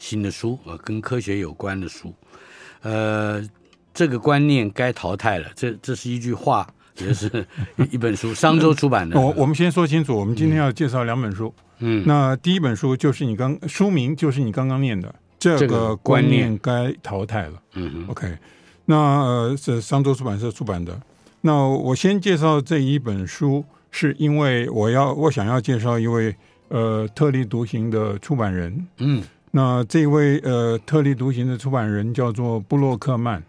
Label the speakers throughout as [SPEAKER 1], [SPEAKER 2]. [SPEAKER 1] 新的书，呃，跟科学有关的书。呃，这个观念该淘汰了，这这是一句话，也 是一本书，商周出版的。
[SPEAKER 2] 哦我我们先说清楚，我们今天要介绍两本书。
[SPEAKER 1] 嗯，
[SPEAKER 2] 那第一本书就是你刚书名就是你刚刚念的，
[SPEAKER 1] 这
[SPEAKER 2] 这
[SPEAKER 1] 个
[SPEAKER 2] 个
[SPEAKER 1] 观
[SPEAKER 2] 观
[SPEAKER 1] 念
[SPEAKER 2] 念该淘汰了。
[SPEAKER 1] 嗯哼，
[SPEAKER 2] OK，那呃是商周出版社出版的。那我先介绍这一本书，是因为我要我想要介绍一位呃特立独行的出版人。
[SPEAKER 1] 嗯，
[SPEAKER 2] 那这位呃特立独行的出版人叫做布洛克曼，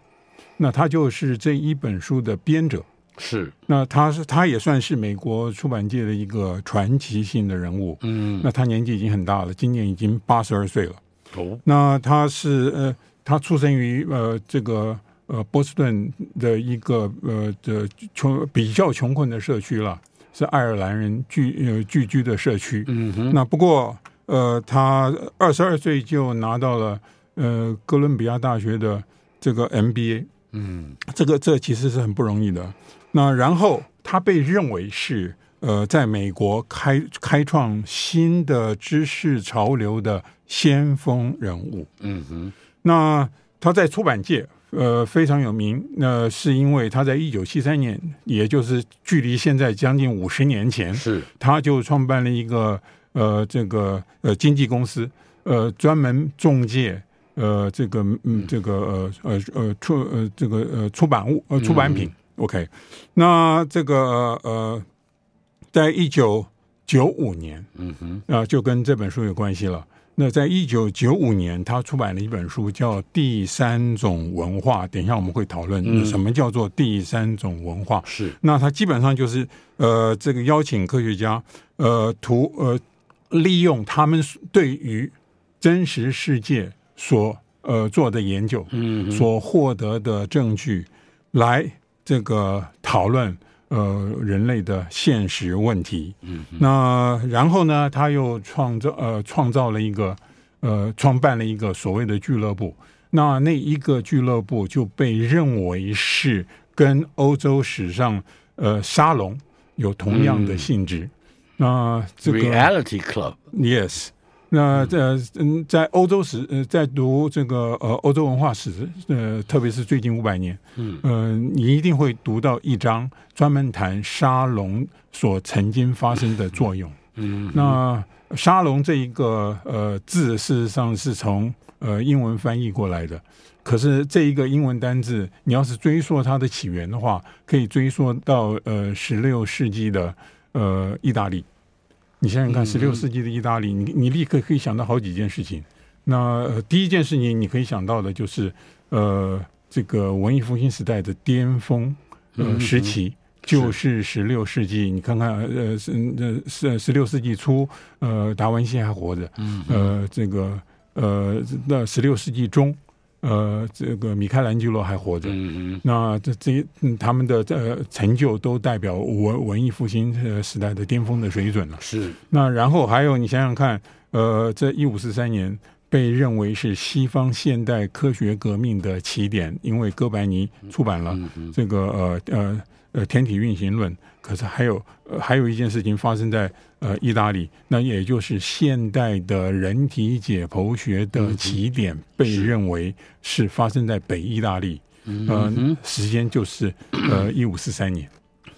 [SPEAKER 2] 那他就是这一本书的编者。
[SPEAKER 1] 是，
[SPEAKER 2] 那他是他也算是美国出版界的一个传奇性的人物。
[SPEAKER 1] 嗯，
[SPEAKER 2] 那他年纪已经很大了，今年已经八十二岁了。
[SPEAKER 1] 哦，
[SPEAKER 2] 那他是呃，他出生于呃这个呃波士顿的一个呃的穷比较穷困的社区了，是爱尔兰人聚呃聚居的社区。
[SPEAKER 1] 嗯哼，
[SPEAKER 2] 那不过呃，他二十二岁就拿到了呃哥伦比亚大学的这个 MBA。
[SPEAKER 1] 嗯
[SPEAKER 2] 这个这其实是很不容易的。那然后他被认为是呃，在美国开开创新的知识潮流的先锋人物。
[SPEAKER 1] 嗯哼，
[SPEAKER 2] 那他在出版界呃非常有名，那、是因为他在一九七三年，也就是距离现在将近五十年前，
[SPEAKER 1] 是，
[SPEAKER 2] 他就创办了一个呃这个呃经纪公司，呃专门中介呃这个嗯这个呃呃呃出呃这个呃出版物呃出版品。OK，那这个呃呃，在一九九五年
[SPEAKER 1] 嗯哼，
[SPEAKER 2] 啊、就跟这本书有关系了。那在一九九五年，他出版了一本书，叫《第三种文化》。等一下我们会讨
[SPEAKER 1] 嗯
[SPEAKER 2] 论什么叫做第三种文化。
[SPEAKER 1] 是，
[SPEAKER 2] 那他基本上就是呃，这个邀请科学家呃，图呃，利用他们对于真实世界所呃做的研究，
[SPEAKER 1] 嗯哼，
[SPEAKER 2] 所获得的证据，来这个讨论呃人类的现实问题。
[SPEAKER 1] 嗯哼，
[SPEAKER 2] 那然后呢，他又创造呃创造了一个呃创办了一个所谓的俱乐部。那那一个俱乐部就被认为是跟欧洲史上呃沙龙有同样
[SPEAKER 1] 嗯
[SPEAKER 2] 的性质。那这个
[SPEAKER 1] Reality Club，
[SPEAKER 2] Yes，那在嗯，在欧洲史呃，在读这个呃欧洲文化史呃，特别是最近五百年，
[SPEAKER 1] 嗯
[SPEAKER 2] 呃，你一定会读到一章专门谈沙龙所曾经发生的作用。
[SPEAKER 1] 嗯，
[SPEAKER 2] 那沙龙这一个呃字，事实上是从呃英文翻译过来的。可是这一个英文单字，你要是追溯它的起源的话，可以追溯到呃十六世纪的呃意大利。你想想
[SPEAKER 1] 嗯
[SPEAKER 2] 看，十六世纪的意大利，你你立刻可以想到好几件事情。那、呃第一件事情，你可以想到的就是呃这个文艺复兴时代的巅峰
[SPEAKER 1] 嗯
[SPEAKER 2] 呃时期。就是十六世纪，你看看，呃，是呃是十六世纪初，呃，达文西还活着，
[SPEAKER 1] 嗯
[SPEAKER 2] 呃，这个呃，那十六世纪中，呃，这个米开朗基罗还活着，
[SPEAKER 1] 嗯哼，
[SPEAKER 2] 那这这些、嗯他们的呃成就都代表文文艺复兴呃时代的巅峰的水准了。
[SPEAKER 1] 是，
[SPEAKER 2] 那然后还有你想想看，呃，这一五四三年被认为是西方现代科学革命的起点，因为哥白尼出版了
[SPEAKER 1] 嗯哼，
[SPEAKER 2] 这个呃呃呃天体运行论。可是还有、呃、还有一件事情发生在呃意大利，那也就是现代的人体解剖学的
[SPEAKER 1] 嗯
[SPEAKER 2] 起点被认为是发生在北意大利，呃
[SPEAKER 1] 嗯哼，，
[SPEAKER 2] 时间就是呃一五四三年。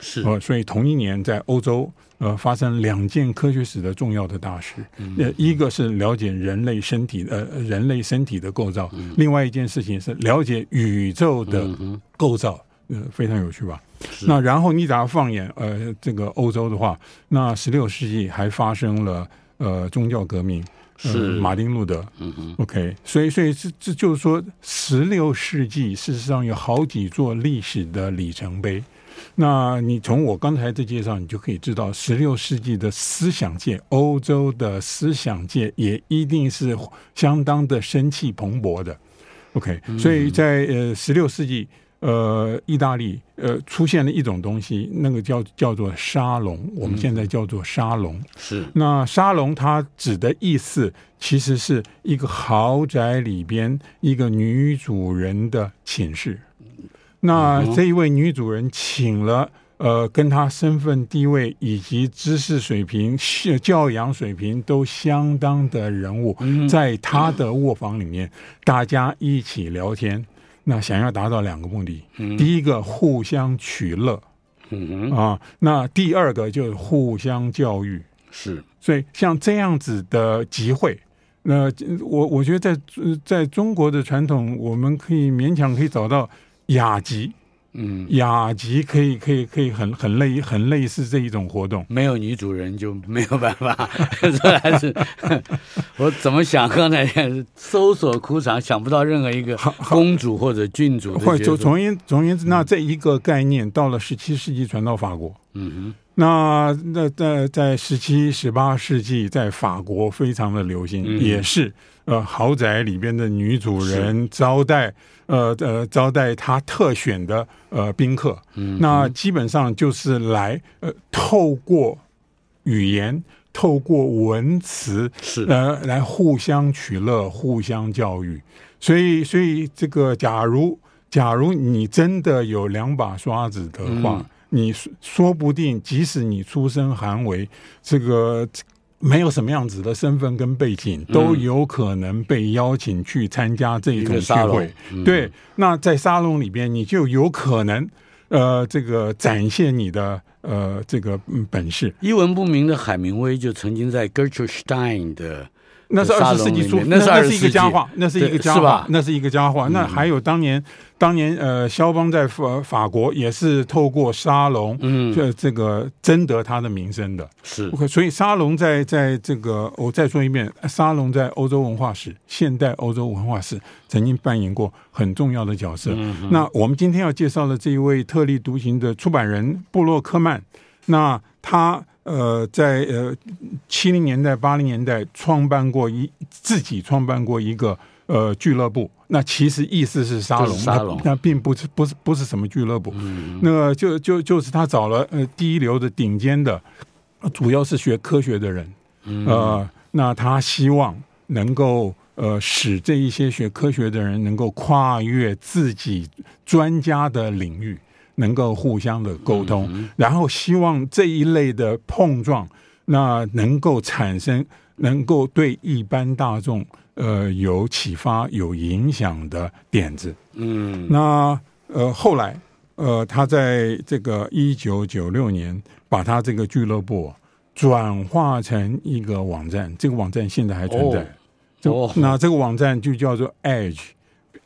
[SPEAKER 1] 是，
[SPEAKER 2] 呃，所以同一年在欧洲，呃，发生两件科学史的重要的大事，
[SPEAKER 1] 嗯
[SPEAKER 2] 呃，一个是了解人类身体，呃，人类身体的构造，另外一件事情是了解宇宙的
[SPEAKER 1] 嗯哼，
[SPEAKER 2] 构造，呃，非常有趣吧？
[SPEAKER 1] 是
[SPEAKER 2] 那然后你只要放眼呃这个欧洲的话，那十六世纪还发生了呃宗教革命，呃
[SPEAKER 1] 是
[SPEAKER 2] 马丁路德
[SPEAKER 1] 嗯哼，
[SPEAKER 2] ，OK，所以所以这这就是说，十六世纪事实上有好几座历史的里程碑。那你从我刚才的介绍，你就可以知道，十六世纪的思想界，欧洲的思想界也一定是相当的生气蓬勃的。OK，所以在呃十六世纪，呃，意大利呃出现了一种东西，那个叫叫做沙龙，我们现在叫做沙龙。
[SPEAKER 1] 是
[SPEAKER 2] 那沙龙它指的意思，其实是一个豪宅里边一个女主人的寝室。那这一位女主人请了呃，跟她身份地位以及知识水平、是教养水平都相当的人物，在她的卧房里面，大家一起聊天。那想要达到两个目的，第一个互相取乐
[SPEAKER 1] 嗯哼
[SPEAKER 2] 啊，那第二个就是互相教育。
[SPEAKER 1] 是
[SPEAKER 2] 所以像这样子的集会，那、我我觉得在呃在中国的传统，我们可以勉强可以找到雅集，
[SPEAKER 1] 嗯，
[SPEAKER 2] 雅集可以可以可以很很类很类似这一种活动。
[SPEAKER 1] 没有女主人就没有办法， 这还是我怎么想？刚才搜索苦场，想不到任何一个公主或者郡主的
[SPEAKER 2] 或者
[SPEAKER 1] 角
[SPEAKER 2] 就
[SPEAKER 1] 色
[SPEAKER 2] 从言从言之，那这一个概念到了十七世纪传到法国，
[SPEAKER 1] 嗯
[SPEAKER 2] 那那在在十七、十八世纪，在法国非常的流行，
[SPEAKER 1] 嗯
[SPEAKER 2] 也是呃豪宅里边的女主人招待呃呃招待她特选的呃宾客，
[SPEAKER 1] 嗯
[SPEAKER 2] 那基本上就是来呃透过语言、透过文词
[SPEAKER 1] 哼是
[SPEAKER 2] 呃，来互相取乐、互相教育。所以，所以这个，假如假如你真的有两把刷子的话，
[SPEAKER 1] 嗯
[SPEAKER 2] 你说说不定，即使你出身寒微，这个没有什么样子的身份跟背景，
[SPEAKER 1] 嗯
[SPEAKER 2] 都有可能被邀请去参加这
[SPEAKER 1] 一
[SPEAKER 2] 种
[SPEAKER 1] 个
[SPEAKER 2] 聚
[SPEAKER 1] 沙龙嗯
[SPEAKER 2] 会。，对，那在沙龙里边，你就有可能。呃，这个展现你的呃这个嗯本事，
[SPEAKER 1] 一文不名的海明威就曾经在 Gertrude Stein 的
[SPEAKER 2] 那是
[SPEAKER 1] 沙
[SPEAKER 2] 二十
[SPEAKER 1] 龙
[SPEAKER 2] 世纪
[SPEAKER 1] 里
[SPEAKER 2] 初，
[SPEAKER 1] 面
[SPEAKER 2] 那
[SPEAKER 1] 那是
[SPEAKER 2] 那
[SPEAKER 1] 20
[SPEAKER 2] 是一个
[SPEAKER 1] 世
[SPEAKER 2] 佳
[SPEAKER 1] 纪
[SPEAKER 2] 话，那是一
[SPEAKER 1] 对
[SPEAKER 2] 个佳
[SPEAKER 1] 是吧嗯
[SPEAKER 2] 话，那是一个佳话。那还有当年，当年呃，肖邦在法法国也是透过沙龙，
[SPEAKER 1] 嗯
[SPEAKER 2] 这这个争得他的名声的。
[SPEAKER 1] 是
[SPEAKER 2] OK，所以沙龙在在这个，我再说一遍，沙龙在欧洲文化史、现代欧洲文化史曾经扮演过很重要的角色。
[SPEAKER 1] 嗯
[SPEAKER 2] 那我们今天要介绍的这一位特立独行的出版人布洛克曼，那他呃在呃七零年代、八零年代创办过一自己创办过一个呃俱乐部，那其实意思是沙龙，
[SPEAKER 1] 就是沙龙嗯
[SPEAKER 2] 那那并不是不是不是什么俱乐部，那个就就就是他找了呃第一流的顶尖的，主要是学科学的人，
[SPEAKER 1] 嗯
[SPEAKER 2] 呃，那他希望能够呃使这一些学科学的人能够跨越自己专家的领域，能够互相的沟
[SPEAKER 1] 嗯
[SPEAKER 2] 通，然后希望这一类的碰撞，那能够产生能够对一般大众呃有启发、有影响的点子。
[SPEAKER 1] 嗯
[SPEAKER 2] 那呃，后来呃，他在这个一九九六年把他这个俱乐部转化成一个网站，这个网站现在还存在。
[SPEAKER 1] 哦
[SPEAKER 2] 就
[SPEAKER 1] 哦
[SPEAKER 2] 那这个网站就叫做 Edge。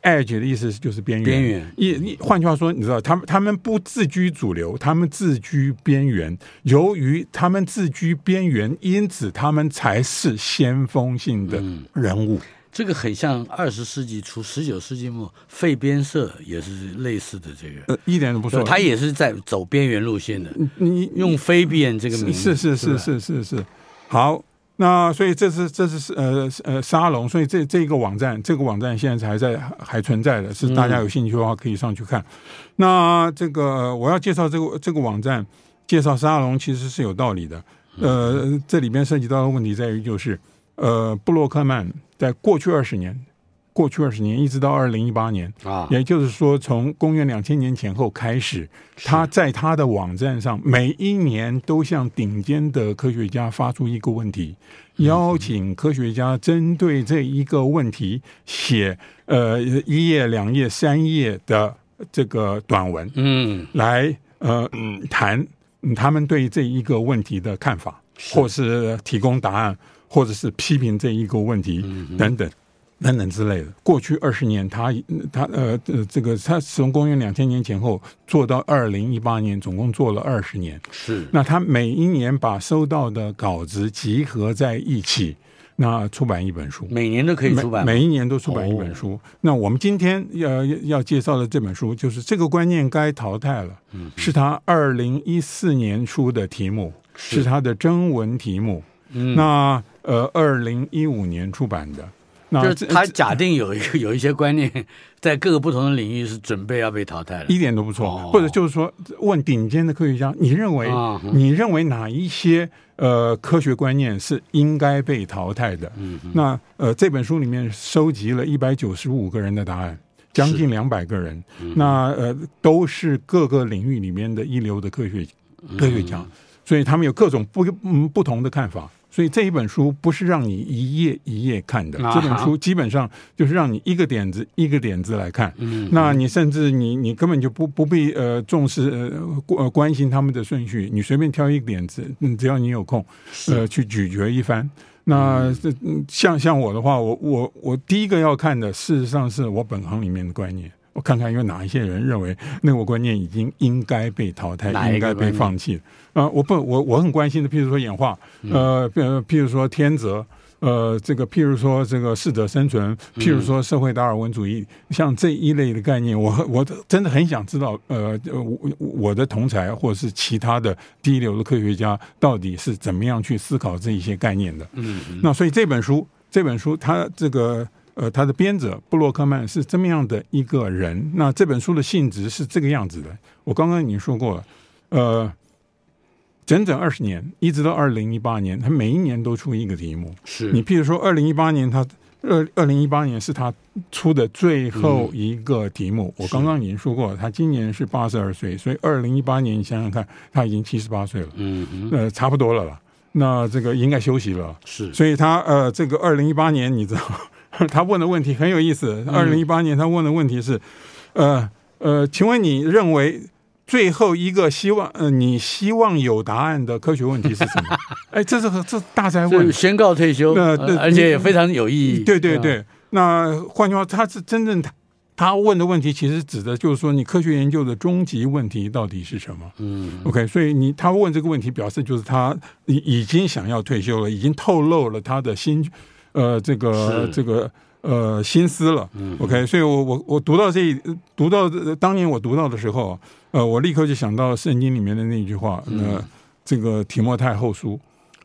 [SPEAKER 2] Edge 的意思就是边缘，
[SPEAKER 1] 边缘
[SPEAKER 2] 一一换句话说，你知道，他们他们不自居主流，他们自居边缘。由于他们自居边缘，因此他们才是先锋性的
[SPEAKER 1] 嗯
[SPEAKER 2] 人物。
[SPEAKER 1] 这个很像二十世纪初、十九世纪末废边社也是类似的这个，
[SPEAKER 2] 呃，一点都不错。
[SPEAKER 1] 他也是在走边缘路线的，
[SPEAKER 2] 你
[SPEAKER 1] 用非边这个名
[SPEAKER 2] 是
[SPEAKER 1] 字是
[SPEAKER 2] 是是
[SPEAKER 1] 吧
[SPEAKER 2] 是是是，好，那所以这是这是呃呃沙龙，所以这这个网站这个网站现在还在还存在的，是
[SPEAKER 1] 嗯
[SPEAKER 2] 大家有兴趣的话可以上去看。那这个我要介绍这个这个网站，介绍沙龙其实是有道理的。
[SPEAKER 1] 嗯
[SPEAKER 2] 呃，这里边涉及到的问题在于就是，呃，布洛克曼在过去二十年，过去二十年一直到二零一八年，
[SPEAKER 1] 啊，
[SPEAKER 2] 也就是说，从公元两千年前后开始，他在他的网站上每一年都向顶尖的科学家发出一个问题，邀请科学家针对这一个问题写呃一页、两页、三页的这个短文
[SPEAKER 1] 嗯
[SPEAKER 2] 来呃嗯谈嗯他们对这一个问题的看法，或是提供答案，或者是批评这一个问题等等。等等之类的。过去二十年他，他呃呃，这个他从公元两千年前后做到二零一八年，总共做了二十年。
[SPEAKER 1] 是
[SPEAKER 2] 那他每一年把收到的稿子集合在一起，那出版一本书。
[SPEAKER 1] 每年都可以出版吗哦
[SPEAKER 2] 每，每一年都出版一本书。那我们今天要要介绍的这本书，就是这个观念该淘汰了，
[SPEAKER 1] 嗯
[SPEAKER 2] 是他二零一四年出的题目，
[SPEAKER 1] 是嗯
[SPEAKER 2] 是他的征文题目。那呃，二零一五年出版的。那
[SPEAKER 1] 就是
[SPEAKER 2] 啊这
[SPEAKER 1] 他假定有一个 有一些观念，在各个不同的领域是准备要被淘汰了。
[SPEAKER 2] 一点都不错，
[SPEAKER 1] 哦
[SPEAKER 2] 或者就是说，问顶尖的科学家，你认为、
[SPEAKER 1] 啊
[SPEAKER 2] 你认为哪一些呃科学观念是应该被淘汰的？嗯，那呃这本书里面收集了一百九十五个人的答案，将近两百个人，
[SPEAKER 1] 嗯
[SPEAKER 2] 那呃都是各个领域里面的一流的科学科学
[SPEAKER 1] 嗯
[SPEAKER 2] 家，所以他们有各种不嗯不同的看法。所以这一本书不是让你一页一页看的，
[SPEAKER 1] 啊哈
[SPEAKER 2] 这本书基本上就是让你一个点子一个点子来看。
[SPEAKER 1] 嗯
[SPEAKER 2] 那你甚至你你根本就不不必呃重视呃关呃关心他们的顺序，你随便挑一个点子，嗯，只要你有空，呃，去咀嚼一番。那这嗯像像我的话，我我我第一个要看的，事实上是我本行里面的观念，我看看有哪一些人认为那个观念已经应该被淘汰
[SPEAKER 1] 哪，一个
[SPEAKER 2] 应该
[SPEAKER 1] 观
[SPEAKER 2] 被
[SPEAKER 1] 念
[SPEAKER 2] 放弃。啊、我不，我我很关心的，譬如说演化，
[SPEAKER 1] 嗯
[SPEAKER 2] 呃，呃，譬如说天择。呃，这个譬如说这个适者生存，
[SPEAKER 1] 嗯
[SPEAKER 2] 譬如说社会达尔文主义，像这一类的概念，我我真的很想知道，呃，我我的同才或者是其他的第一流的科学家到底是怎么样去思考这一些概念的。
[SPEAKER 1] 嗯，
[SPEAKER 2] 那所以这本书，这本书它这个呃，它的编者布洛克曼是这么样的一个人。那这本书的性质是这个样子的。我刚刚已经说过了，呃，整整二十年，一直到二零一八年，他每一年都出一个题目。
[SPEAKER 1] 是
[SPEAKER 2] 你譬如说，二零一八年他。二二零一八年是他出的最后一个题目，我刚刚已经说过了，他今年是八十二岁，所以二零一八年你想想看，他已经七十八岁了，
[SPEAKER 1] 嗯哼
[SPEAKER 2] 呃，差不多了啦。那这个应该休息了，
[SPEAKER 1] 是
[SPEAKER 2] 所以他呃，这个二零一八年你知道， 他问的问题很有意思。二零一八年他问的问题是，呃呃，请问你认为最后一个希望呃你希望有答案的科学问题是什么？哎，这是和这是大灾
[SPEAKER 1] 所以
[SPEAKER 2] 问，啊
[SPEAKER 1] 宣告退休，
[SPEAKER 2] 那
[SPEAKER 1] 呃
[SPEAKER 2] 那
[SPEAKER 1] 而且也非常有意义。
[SPEAKER 2] 对对
[SPEAKER 1] 啊，
[SPEAKER 2] 对。那换句话，他是真正他他问的问题，其实指的就是说，你科学研究的终极问题到底是什么？
[SPEAKER 1] 嗯，
[SPEAKER 2] OK，所以你他问这个问题，表示就是他已已经想要退休了，已经透露了他的心，呃，这个
[SPEAKER 1] 是嗯
[SPEAKER 2] 这个呃心思了。OK，所以我我我读到这一读到这当年我读到的时候，呃，我立刻就想到圣经里面的那句话，那、这个提摩太后书。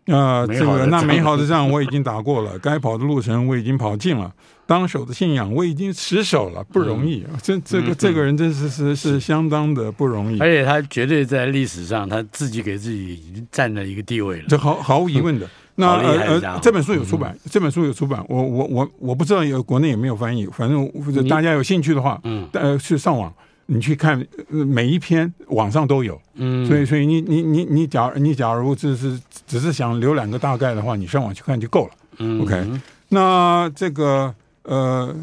[SPEAKER 2] 啊、
[SPEAKER 1] 嗯美
[SPEAKER 2] 这
[SPEAKER 1] 好的 仗
[SPEAKER 2] 个那美好的仗我已经打过了， 该跑的路程我已经跑尽了，当守的信仰我已经持守了，不容易。
[SPEAKER 1] 嗯
[SPEAKER 2] 这这个这个人真是是是相当的不容易。
[SPEAKER 1] 而且他绝对在历史上他自己给自己已经占了一个地位了。
[SPEAKER 2] 这毫毫无疑 问的。那
[SPEAKER 1] 好厉害哦
[SPEAKER 2] 呃
[SPEAKER 1] 这样
[SPEAKER 2] 呃，这本书有出版，
[SPEAKER 1] 嗯
[SPEAKER 2] 这本书有出版，我我我我不知道有国内有没有翻译，反正我大家有兴趣的话，
[SPEAKER 1] 嗯
[SPEAKER 2] 呃，去上网你去看，呃每一篇网上都有，
[SPEAKER 1] 嗯，
[SPEAKER 2] 所以所以你你你你假如你假如只是只是想浏览个大概的话，你上网去看就够了。
[SPEAKER 1] 嗯
[SPEAKER 2] OK，那这个呃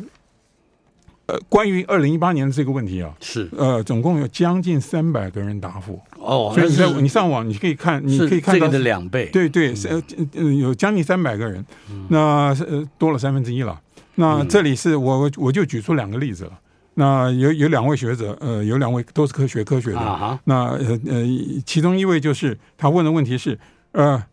[SPEAKER 2] 呃，关于二零一八年的这个问题啊，
[SPEAKER 1] 是
[SPEAKER 2] 呃，总共有将近三百个人答复，
[SPEAKER 1] 哦，
[SPEAKER 2] 所以你在
[SPEAKER 1] 那是
[SPEAKER 2] 你上网你可以看，你
[SPEAKER 1] 是
[SPEAKER 2] 可以看
[SPEAKER 1] 这
[SPEAKER 2] 到
[SPEAKER 1] 个的两倍。
[SPEAKER 2] 对对，是呃呃有将近三百个人，
[SPEAKER 1] 嗯
[SPEAKER 2] 那是呃多了三分之一了。那这里是我我我就举出两个例子了。那有有两位学者，呃，有两位都是科学科学的。
[SPEAKER 1] 啊哈，
[SPEAKER 2] 那呃呃，其中一位就是他问的问题是，呃，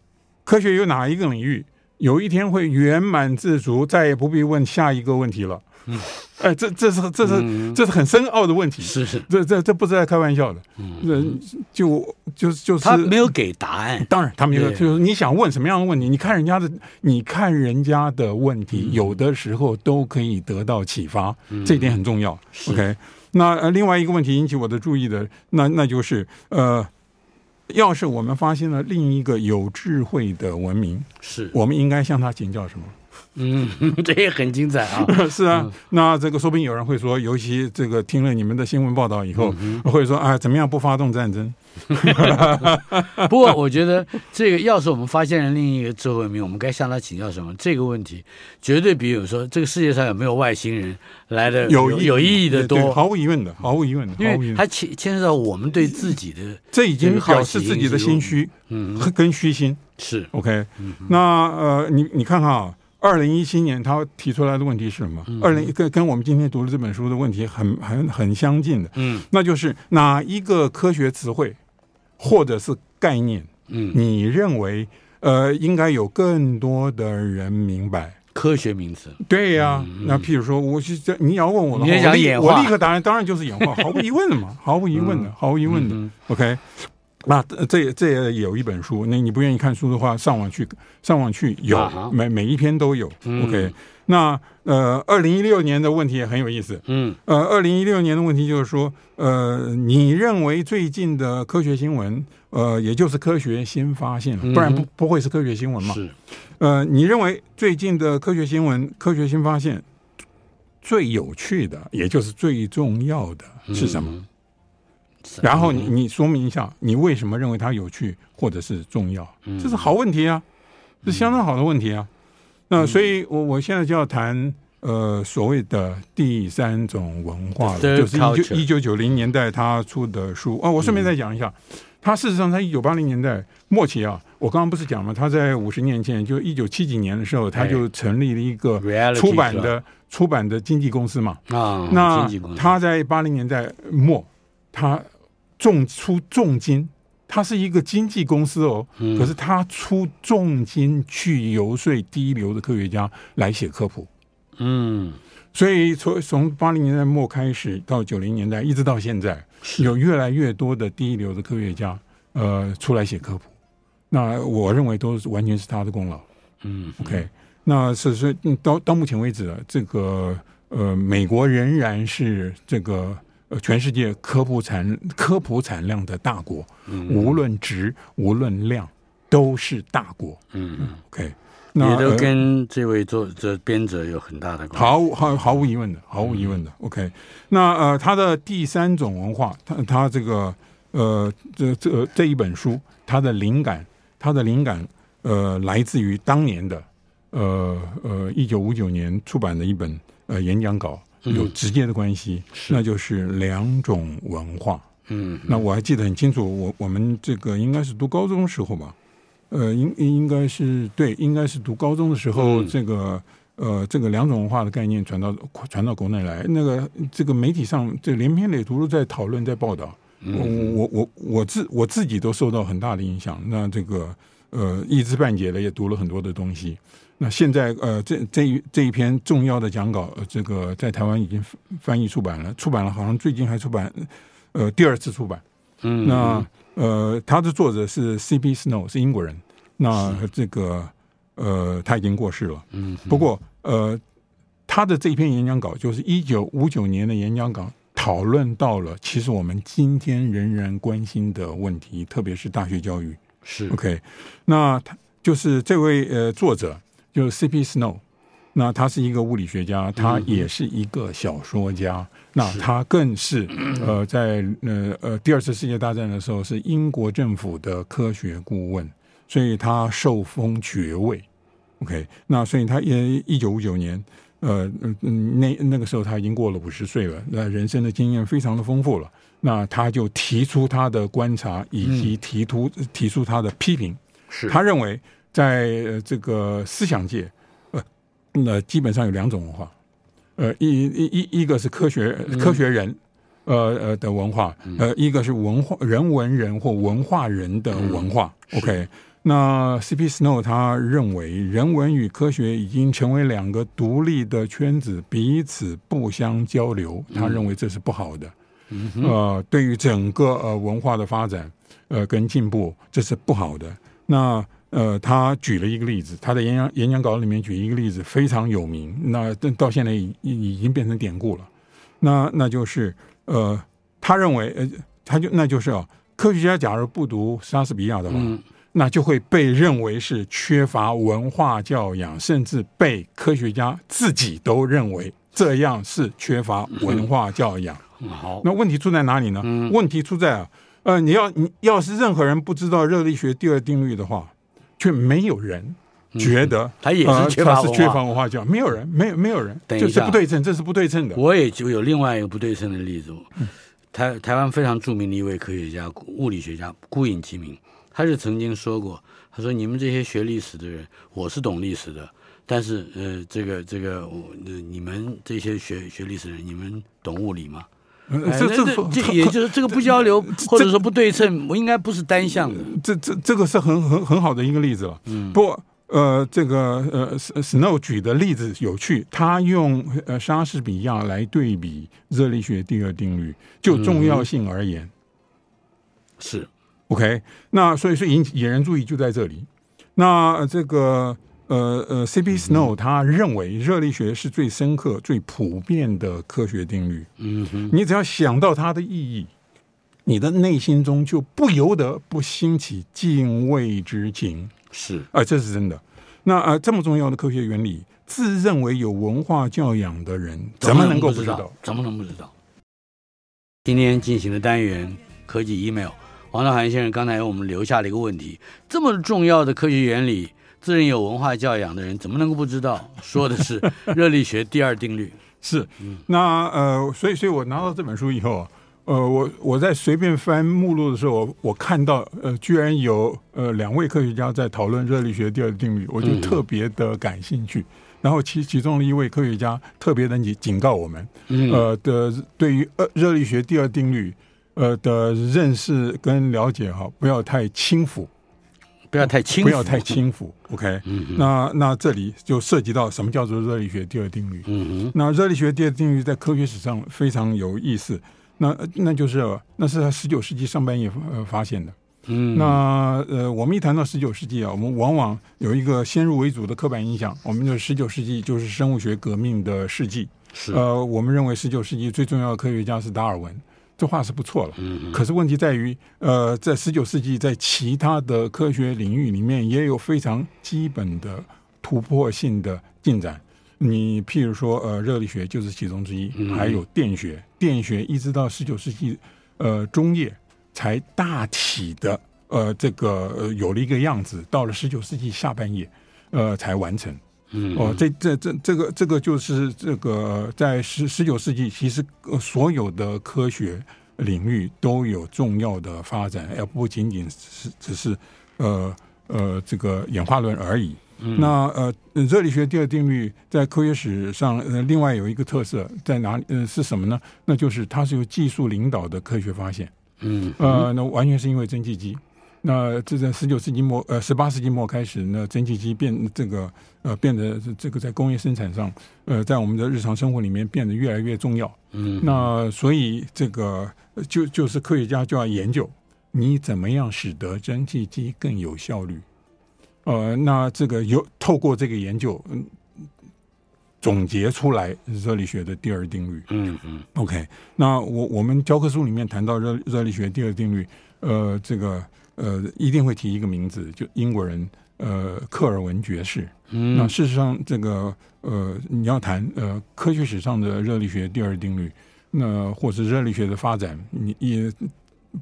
[SPEAKER 2] 科学有哪一个领域有一天会圆满自足，再也不必问下一个问题了？嗯， 哎，这这是这是、这是很深奥的问题，
[SPEAKER 1] 嗯是是，
[SPEAKER 2] 这这这不是在开玩笑的。嗯，就就就是
[SPEAKER 1] 他没有给答案。
[SPEAKER 2] 当然，他们有
[SPEAKER 1] 对
[SPEAKER 2] 就是你想问什么样的问题，你看人家的，你看人家的问题，
[SPEAKER 1] 嗯
[SPEAKER 2] 有的时候都可以得到启发，这一点很重要。OK，那呃另外一个问题引起我的注意的，那那就是呃，要是我们发现了另一个有智慧的文明，
[SPEAKER 1] 是，
[SPEAKER 2] 我们应该向他请教什么？
[SPEAKER 1] 嗯， 这也很精彩啊。
[SPEAKER 2] 是啊，那这个说不定有人会说，尤其这个听了你们的新闻报道以后，
[SPEAKER 1] 嗯
[SPEAKER 2] 会说啊，怎么样不发动战争？
[SPEAKER 1] 不过我觉得这个，要是我们发现了另一个智慧文明，我们该向他请教什么？这个问题绝对比有说这个世界上有没有外星人来的有
[SPEAKER 2] 意
[SPEAKER 1] 有意义的
[SPEAKER 2] 对
[SPEAKER 1] 多，
[SPEAKER 2] 毫无疑问的，毫无疑问的，
[SPEAKER 1] 因
[SPEAKER 2] 毫无疑
[SPEAKER 1] 为
[SPEAKER 2] 问的
[SPEAKER 1] 它牵牵涉到我们对自己的
[SPEAKER 2] 这已经表示自己的心虚，
[SPEAKER 1] 嗯
[SPEAKER 2] 和跟虚心。
[SPEAKER 1] 是
[SPEAKER 2] OK，那呃，你你看看啊，二零一七年他提出来的问题是什么？
[SPEAKER 1] 嗯
[SPEAKER 2] 二零跟跟我们今天读的这本书的问题很很很相近的，
[SPEAKER 1] 嗯，
[SPEAKER 2] 那就是哪一个科学词汇或者是概念，
[SPEAKER 1] 嗯，
[SPEAKER 2] 你认为呃，应该有更多的人明白。
[SPEAKER 1] 科学名词，
[SPEAKER 2] 对呀、那譬如说，我是这你要问我的话，
[SPEAKER 1] 嗯你也
[SPEAKER 2] 我
[SPEAKER 1] 讲
[SPEAKER 2] 立
[SPEAKER 1] 演嗯
[SPEAKER 2] 我
[SPEAKER 1] 化
[SPEAKER 2] 立刻答案当然就是演化， 毫无疑问的嘛，毫无疑问的，毫无疑问的。OK，那呃这也这也有一本书，那你不愿意看书的话，上网去上网去有，
[SPEAKER 1] 啊嗯哈
[SPEAKER 2] 每每一篇都有。OK，那呃，二零一六年的问题也很有意思。
[SPEAKER 1] 嗯
[SPEAKER 2] 呃，二零一六年的问题就是说，呃，你认为最近的科学新闻，呃，也就是科学新发现
[SPEAKER 1] 嗯
[SPEAKER 2] 了，不然不不会是科学新闻嘛？
[SPEAKER 1] 是
[SPEAKER 2] 呃，你认为最近的科学新闻、科学新发现最有趣的，也就是最重要的是什么？
[SPEAKER 1] 嗯
[SPEAKER 2] 然后你你说明一下，你为什么认为它有趣或者是重要？
[SPEAKER 1] 嗯
[SPEAKER 2] 这是好问题啊，这是相当好的问题啊。
[SPEAKER 1] 嗯
[SPEAKER 2] 那所以我，我现在就要谈呃所谓的第三种文化了，
[SPEAKER 1] The third
[SPEAKER 2] 就是
[SPEAKER 1] culture 嗯
[SPEAKER 2] 一九一九九零年代他出的书啊、哦。我顺便再讲一下，他事实上在一九八零年代末期啊，我刚刚不是讲嘛，他在五十年前，就一九七几年的时候，他
[SPEAKER 1] 哎
[SPEAKER 2] 就成立了一个
[SPEAKER 1] Reality
[SPEAKER 2] 出版
[SPEAKER 1] 是
[SPEAKER 2] 的出版的经纪公司嘛。
[SPEAKER 1] 啊，
[SPEAKER 2] 那
[SPEAKER 1] 经济工作
[SPEAKER 2] 他在八零年代末，他重出重金，他是一个经纪公司哦，可是他出重金去游说第一流的科学家来写科普。
[SPEAKER 1] 嗯
[SPEAKER 2] 所以从从八零年代末开始到九零年代，一直到现在，有越来越多的第一流的科学家，呃，出来写科普。那我认为都是完全是他的功劳。
[SPEAKER 1] 嗯
[SPEAKER 2] OK，那是是嗯到到目前为止，这个呃，美国仍然是这个呃全世界科普产科普产量的大国，
[SPEAKER 1] 嗯
[SPEAKER 2] 无论值无论量都是大国。
[SPEAKER 1] 嗯，
[SPEAKER 2] OK，那
[SPEAKER 1] 也都
[SPEAKER 2] 呃
[SPEAKER 1] 跟这位作者编者有很大的关系。
[SPEAKER 2] 毫无毫毫无疑问的，毫无疑问的。OK，那呃，他的第三种文化，他他这个呃这这呃这一本书，它的灵感，它的灵感呃来自于当年的呃呃一九五九年出版的一本呃演讲稿，有直接的关系，那就是两种文化。
[SPEAKER 1] 嗯
[SPEAKER 2] 那我还记得很清楚，我我们这个应该是读高中时候吧，呃，应应该是对，应该是读高中的时候，
[SPEAKER 1] 嗯
[SPEAKER 2] 这个呃，这个两种文化的概念传到传到国内来，那个这个媒体上这连篇累牍都在讨论，在报道，我我我我自我自己都受到很大的影响。那这个呃，一知半解的也读了很多的东西。那现在呃，这这一这一篇重要的讲稿，呃这个在台湾已经翻翻译出版了，出版了，好像最近还出版，呃，第二次出版。
[SPEAKER 1] 嗯，
[SPEAKER 2] 那呃，他的作者是 C.P. Snow，是英国人。那这个呃，他已经过世了。
[SPEAKER 1] 嗯
[SPEAKER 2] 不过呃，他的这篇演讲稿就是一九五九年的演讲稿，讨论到了其实我们今天仍然关心的问题，特别是大学教育。
[SPEAKER 1] 是
[SPEAKER 2] OK，那他就是这位呃作者就是 C.P. Snow，那他是一个物理学家，他也是一个小说家，那他更是呃在呃呃第二次世界大战的时候是英国政府的科学顾问，所以他受封爵位。OK，那所以他也一九五九年，呃嗯嗯，那那个时候他已经过了五十岁了，那人生的经验非常的丰富了。那他就提出他的观察，以及提出提出他的批评。
[SPEAKER 1] 是
[SPEAKER 2] 他认为在呃这个思想界，呃，那基本上有两种文化，呃，一一一一个是科学科学人，呃呃的文化，呃，一个是文化人文人或文化人的文化。OK，那 C.P. Snow 他认为人文与科学已经成为两个独立的圈子，彼此不相交流，他认为这是不好的。呃，对于整个呃文化的发展，呃跟进步，这是不好的。那呃，他举了一个例子，他的演讲演讲稿里面举一个例子非常有名，那但到现在已已已经变成典故了。那那就是呃，他认为呃，他就那就是啊，科学家假如不读莎士比亚的话，那就会被认为是缺乏文化教养，甚至被科学家自己都认为这样是缺乏文化教养。
[SPEAKER 1] 嗯好，
[SPEAKER 2] 那问题出在哪里呢？问题出在啊，呃，你要你要是任何人不知道热力学第二定律的话，却没有人觉得、
[SPEAKER 1] 他也是
[SPEAKER 2] 呃
[SPEAKER 1] 缺乏
[SPEAKER 2] 他是
[SPEAKER 1] 文化
[SPEAKER 2] 缺乏文化教，没有人，没有没有人，
[SPEAKER 1] 等一
[SPEAKER 2] 这
[SPEAKER 1] 下
[SPEAKER 2] 是不对称，这是不对称的。
[SPEAKER 1] 我也就有另外一个不对称的例子，台台湾非常著名的一位科学家、物理学家顾颖其明，他就曾经说过，他说你们这些学历史的人，我是懂历史的，但是呃，这个这个我、呃你们这些学学历史的人，你们懂物理吗？哎
[SPEAKER 2] 这这
[SPEAKER 1] 这这也就是这个不交流，或者说不对称，我应该不是单向的。
[SPEAKER 2] 这这这个是很很很好的一个例子了。嗯，不过呃，这个呃，S-，Snow 举的例子有趣，他用呃莎士比亚来对比热力学第二定律，就重要性而言、
[SPEAKER 1] 是
[SPEAKER 2] o k 那所以说引引人注意就在这里。那呃这个呃呃，C.P. Snow 他认为热力学是最深刻、最普遍的科学定律。
[SPEAKER 1] 嗯哼，
[SPEAKER 2] 你只要想到它的意义，你的内心中就不由得不兴起敬畏之情。
[SPEAKER 1] 是
[SPEAKER 2] 啊、这是真的。那呃，这么重要的科学原理，自认为有文化教养的人，怎么能够不知道？？
[SPEAKER 1] 怎么能不知道？今天进行的单元科技 email，王道涵先生刚才为我们留下了一个问题：这么重要的科学原理，自认有文化教养的人怎么能够不知道？说的 是热力学第二定律。
[SPEAKER 2] 是，那呃，所以，所以我拿到这本书以后啊，呃，我我在随便翻目录的时候，我我看到呃，居然有呃两位科学家在讨论热力学第二定律，我就特别的感兴趣。然后其其中的一位科学家特别的警警告我们，
[SPEAKER 1] 嗯，
[SPEAKER 2] 呃的对于呃热力学第二定律呃的认识跟了解哈，不要太轻浮，
[SPEAKER 1] 不要太轻，
[SPEAKER 2] 不要太。轻浮。OK，
[SPEAKER 1] 嗯哼
[SPEAKER 2] 那那这里就涉及到什么叫做热力学第二定律。
[SPEAKER 1] 嗯
[SPEAKER 2] 那热力学第二定律在科学史上非常有意思，那那就是那是他十九世纪上半叶呃发现的。
[SPEAKER 1] 哼，嗯，
[SPEAKER 2] 那呃，我们一谈到十九世纪啊，我们往往有一个先入为主的刻板印象，我们就十九世纪就是生物学革命的世纪。
[SPEAKER 1] 是
[SPEAKER 2] 呃，我们认为十九世纪最重要的科学家是达尔文，这话是不错了。
[SPEAKER 1] 嗯
[SPEAKER 2] 可是问题在于，呃，在十九世纪，在其他的科学领域里面，也有非常基本的突破性的进展。你譬如说，呃，热力学就是其中之一，
[SPEAKER 1] 嗯
[SPEAKER 2] 还有电学。电学一直到十九世纪，呃，中叶才大体的，呃，这个、呃、有了一个样子。到了十九世纪下半叶，呃，才完成。
[SPEAKER 1] 嗯
[SPEAKER 2] 哦，这这这这个这个就是这个在十十九世纪，其实呃所有的科学领域都有重要的发展，而不仅仅是只是呃呃这个演化论而已。
[SPEAKER 1] 嗯
[SPEAKER 2] 那呃，热力学第二定律在科学史上，呃，另外有一个特色在哪里？呃，是什么呢？那就是它是由技术领导的科学发现。
[SPEAKER 1] 嗯
[SPEAKER 2] 呃，那完全是因为蒸汽机。那这在十九世纪末，呃，十八世纪末开始，那蒸汽机变这个呃变得这个在工业生产上，呃，在我们的日常生活里面变得越来越重要。
[SPEAKER 1] 嗯，
[SPEAKER 2] 那所以这个呃就就是科学家就要研究你怎么样使得蒸汽机更有效率。呃，那这个有透过这个研究，嗯，总结出来热力学的第二定律。
[SPEAKER 1] 嗯嗯
[SPEAKER 2] OK，那我我们教科书里面谈到热热力学第二定律，呃，这个呃一定会提一个名字，就英国人呃克尔文爵士。
[SPEAKER 1] 嗯
[SPEAKER 2] 那事实上，这个呃你要谈呃科学史上的热力学第二定律，那或是热力学的发展，你也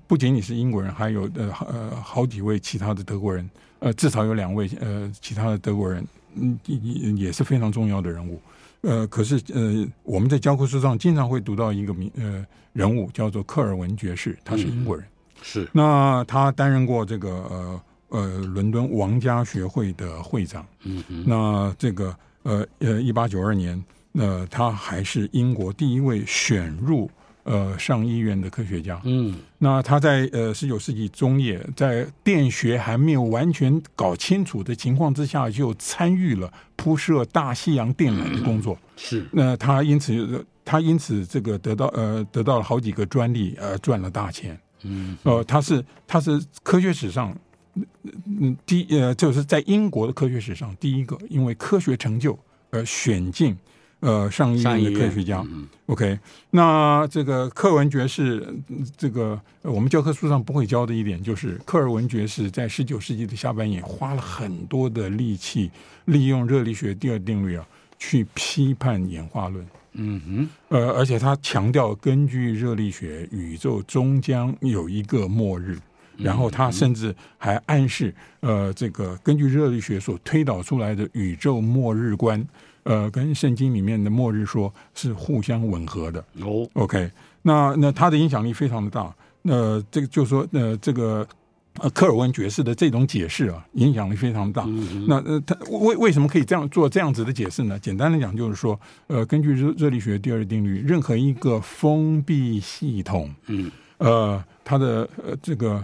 [SPEAKER 2] 不仅仅是英国人，还有呃呃好几位其他的德国人，呃至少有两位呃其他的德国人，嗯也也也是非常重要的人物。呃，可是呃，我们在教科书上经常会读到一个名呃人物叫做克尔文爵士，他是英国人。
[SPEAKER 1] 是
[SPEAKER 2] 那他担任过这个呃呃伦敦王家学会的会长。
[SPEAKER 1] 嗯嗯
[SPEAKER 2] 那这个呃呃，一八九二年，呃，他还是英国第一位选入呃上议院的科学家。
[SPEAKER 1] 嗯
[SPEAKER 2] 那他在呃十九世纪中叶，在电学还没有完全搞清楚的情况之下，就参与了铺设大西洋电缆的工作。
[SPEAKER 1] 是
[SPEAKER 2] 那他因此他因此这个得到呃得到了好几个专利，呃赚了大钱。
[SPEAKER 1] 嗯
[SPEAKER 2] 呃，他是他是科学史上，嗯，第呃，就是在英国的科学史上第一个因为科学成就而选进呃上议
[SPEAKER 1] 上议
[SPEAKER 2] 院
[SPEAKER 1] 院
[SPEAKER 2] 的科学家。
[SPEAKER 1] 嗯
[SPEAKER 2] OK，那这个克文爵士，嗯这个呃我们教科书上不会教的一点就是，克尔文爵士在十九世纪的下半叶花了很多的力气，利用热力学第二定律啊，去批判演化论。
[SPEAKER 1] 嗯哼
[SPEAKER 2] 呃，而且他强调，根据热力学，宇宙终将有一个末日。然后他甚至还暗示，呃，这个根据热力学所推导出来的宇宙末日观，呃，跟圣经里面的末日说是互相吻合的。
[SPEAKER 1] 哦
[SPEAKER 2] OK，那那他的影响力非常的大。那、这个就说，呃，这个呃科尔文爵士的这种解释啊，影响力非常大。那呃，他为为什么可以这样做这样子的解释呢？简单的讲，就是说，呃，根据热热力学第二定律，任何一个封闭系统，
[SPEAKER 1] 嗯，
[SPEAKER 2] 呃，它的呃这个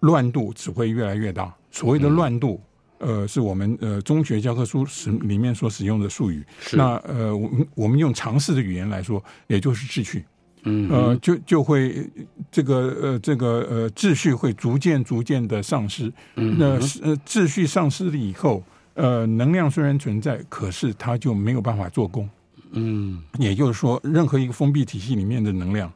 [SPEAKER 2] 乱度只会越来越大。所谓
[SPEAKER 1] 嗯
[SPEAKER 2] 的乱度，呃，是我们呃中学教科书使里面所使用的术语。
[SPEAKER 1] 是
[SPEAKER 2] 那呃，我们我们用常识的语言来说，也就是秩序。
[SPEAKER 1] 嗯
[SPEAKER 2] 呃，就就会呃这个呃这个呃秩序会逐渐逐渐的丧失。
[SPEAKER 1] 嗯
[SPEAKER 2] 那是呃秩序丧失了以后，呃能量虽然存在，可是它就没有办法做功。
[SPEAKER 1] 嗯
[SPEAKER 2] 也就是说，任何一个封闭体系里面的能量，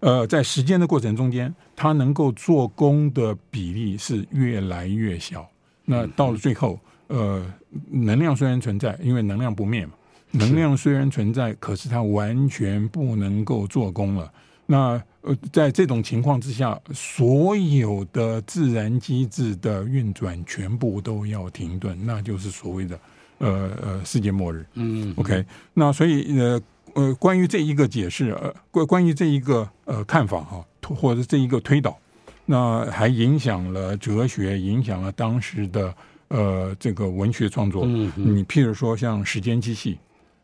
[SPEAKER 2] 呃，在时间的过程中间，它能够做功的比例是越来越小。那到了最后，呃，能量虽然存在，因为能量不灭嘛，能量虽然存在，可是它完全不能够做功了。那呃，在这种情况之下，所有的自然机制的运转全部都要停顿，那就是所谓的呃呃世界末日。
[SPEAKER 1] 嗯
[SPEAKER 2] OK，那所以呃呃，关于这一个解释，呃，关关于这一个呃看法哈、推或者这一个推导，那还影响了哲学，影响了当时的呃这个文学创作。
[SPEAKER 1] 嗯嗯
[SPEAKER 2] 你譬如说像《时间机器》，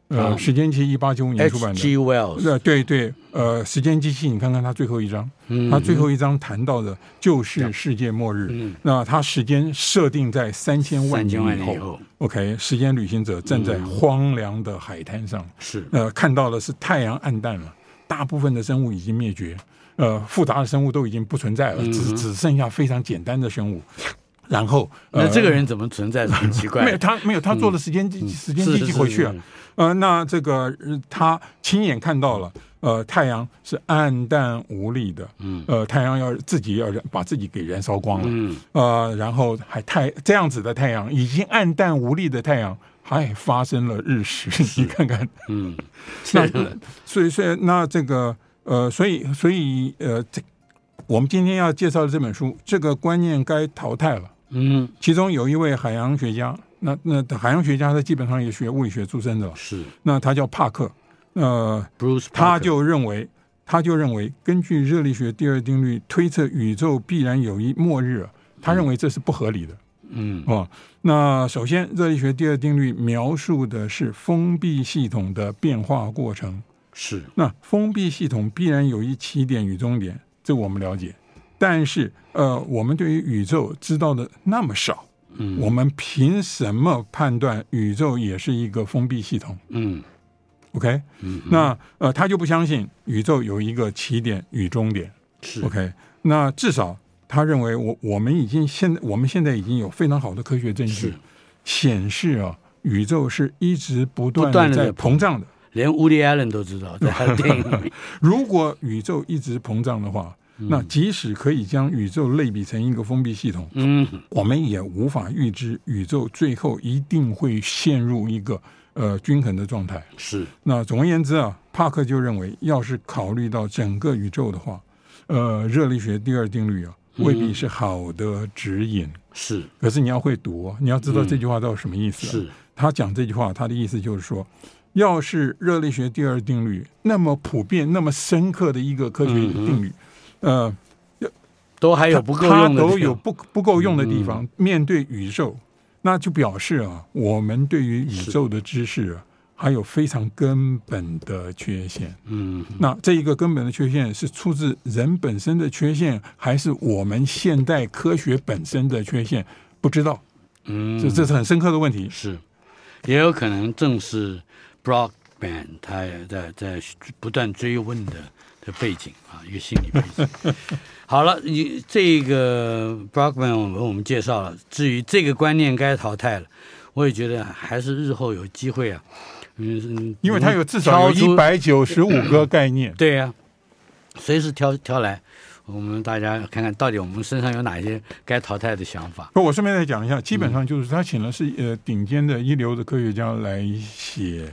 [SPEAKER 2] 呃，
[SPEAKER 1] 啊
[SPEAKER 2] 时间机器》一八九五年出版的。
[SPEAKER 1] ，H.G. Wells，
[SPEAKER 2] 呃，对对，呃，时间机器，你看看它最后一章，
[SPEAKER 1] 嗯
[SPEAKER 2] 它最后一章谈到的就是世界末日。
[SPEAKER 1] 嗯
[SPEAKER 2] 那它时间设定在三千万
[SPEAKER 1] 三千万
[SPEAKER 2] 年
[SPEAKER 1] 年
[SPEAKER 2] 以
[SPEAKER 1] 以
[SPEAKER 2] 后
[SPEAKER 1] 后嗯
[SPEAKER 2] OK，时间旅行者站在荒凉的海滩上，
[SPEAKER 1] 是
[SPEAKER 2] 呃，看到的是太阳暗淡了，大部分的生物已经灭绝，呃，复杂的生物都已经不存在了，
[SPEAKER 1] 嗯
[SPEAKER 2] 只只剩下非常简单的生物。然后，呃、
[SPEAKER 1] 那这个人怎么存在是很奇怪
[SPEAKER 2] 没有他没有他做的时间机、时间机
[SPEAKER 1] 是
[SPEAKER 2] 器
[SPEAKER 1] 是
[SPEAKER 2] 回去了、
[SPEAKER 1] 是
[SPEAKER 2] 呃，那这个呃他亲眼看到了，呃，太阳是暗淡无力的，
[SPEAKER 1] 嗯
[SPEAKER 2] 呃，太阳要自己要燃把自己给燃烧光了，
[SPEAKER 1] 嗯
[SPEAKER 2] 呃，然后还太这样子的太阳，已经暗淡无力的太阳，还发生了日食，你看看，
[SPEAKER 1] 嗯，是
[SPEAKER 2] 那所以所以那这个呃，所以所以呃，这我们今天要介绍的这本书，这个观念该淘汰了。
[SPEAKER 1] 嗯
[SPEAKER 2] 其中有一位海洋学家，那那海洋学家他基本上也学物理学出身的了，
[SPEAKER 1] 是
[SPEAKER 2] 那他叫帕克，呃，
[SPEAKER 1] Bruce，
[SPEAKER 2] 他
[SPEAKER 1] Parker
[SPEAKER 2] 就认为，他就认为，根据热力学第二定律推测宇宙必然有一末日啊，他认为这是不合理的。
[SPEAKER 1] 嗯
[SPEAKER 2] 哦，那首先，热力学第二定律描述的是封闭系统的变化过程。
[SPEAKER 1] 是
[SPEAKER 2] 那封闭系统必然有一起点与终点，这我们了解。但是，呃，我们对于宇宙知道的那么少，
[SPEAKER 1] 嗯
[SPEAKER 2] 我们凭什么判断宇宙也是一个封闭系统
[SPEAKER 1] 嗯
[SPEAKER 2] ？OK，
[SPEAKER 1] 嗯
[SPEAKER 2] 那呃，他就不相信宇宙有一个起点与终点。
[SPEAKER 1] 是
[SPEAKER 2] OK，那至少他认为我我们已经现我们现在已经有非常好的科学证据
[SPEAKER 1] 是
[SPEAKER 2] 显示啊，宇宙是一直不
[SPEAKER 1] 不
[SPEAKER 2] 断
[SPEAKER 1] 断
[SPEAKER 2] 的
[SPEAKER 1] 地
[SPEAKER 2] 在
[SPEAKER 1] 在
[SPEAKER 2] 膨胀的。
[SPEAKER 1] 连 Woody Allen 都知道，在他的电影里面
[SPEAKER 2] 如果宇宙一直膨胀的话，
[SPEAKER 1] 嗯
[SPEAKER 2] 那即使可以将宇宙类比成一个封闭系统，
[SPEAKER 1] 嗯
[SPEAKER 2] 我们也无法预知宇宙最后一定会陷入一个呃均衡的状态。
[SPEAKER 1] 是
[SPEAKER 2] 那总而言之啊，帕克就认为，要是考虑到整个宇宙的话，呃，热力学第二定律啊，
[SPEAKER 1] 嗯
[SPEAKER 2] 未必是好的指引。
[SPEAKER 1] 是
[SPEAKER 2] 可是你要会读哦，你要知道这句话到底什么意思、啊
[SPEAKER 1] 嗯是
[SPEAKER 2] 他讲这句话，他的意思就是说，要是热力学第二定律那么普遍、那么深刻的一个科学定律，呃，
[SPEAKER 1] 都嗯还有
[SPEAKER 2] 它
[SPEAKER 1] 不够用的地
[SPEAKER 2] 它
[SPEAKER 1] 方，嗯
[SPEAKER 2] 都有不不够用的地方。面对宇宙，那就表示啊，我们对于宇宙的知识啊，还有非常根本的缺陷。
[SPEAKER 1] 嗯
[SPEAKER 2] 那这一个根本的缺陷是出自人本身的缺陷，还是我们现代科学本身的缺陷？不知道，
[SPEAKER 1] 嗯
[SPEAKER 2] 这这是很深刻的问题。
[SPEAKER 1] 是，也有可能正是 Brockman 他在在不断追问的的背景啊，一个心理背 景。好了，你这个 Brockman 我们我们介绍了，至于这个观念该淘汰了，我也觉得还是日后有机会啊，嗯，
[SPEAKER 2] 因为它有
[SPEAKER 1] 能
[SPEAKER 2] 至少有
[SPEAKER 1] 挑出。
[SPEAKER 2] 一百九十五个概念
[SPEAKER 1] 对呀、随时挑挑来，我们大家看看到底我们身上有哪些该淘汰的想法。
[SPEAKER 2] 不，我顺便再讲一下，基本上就是他请的是呃顶尖的一流的科学家来写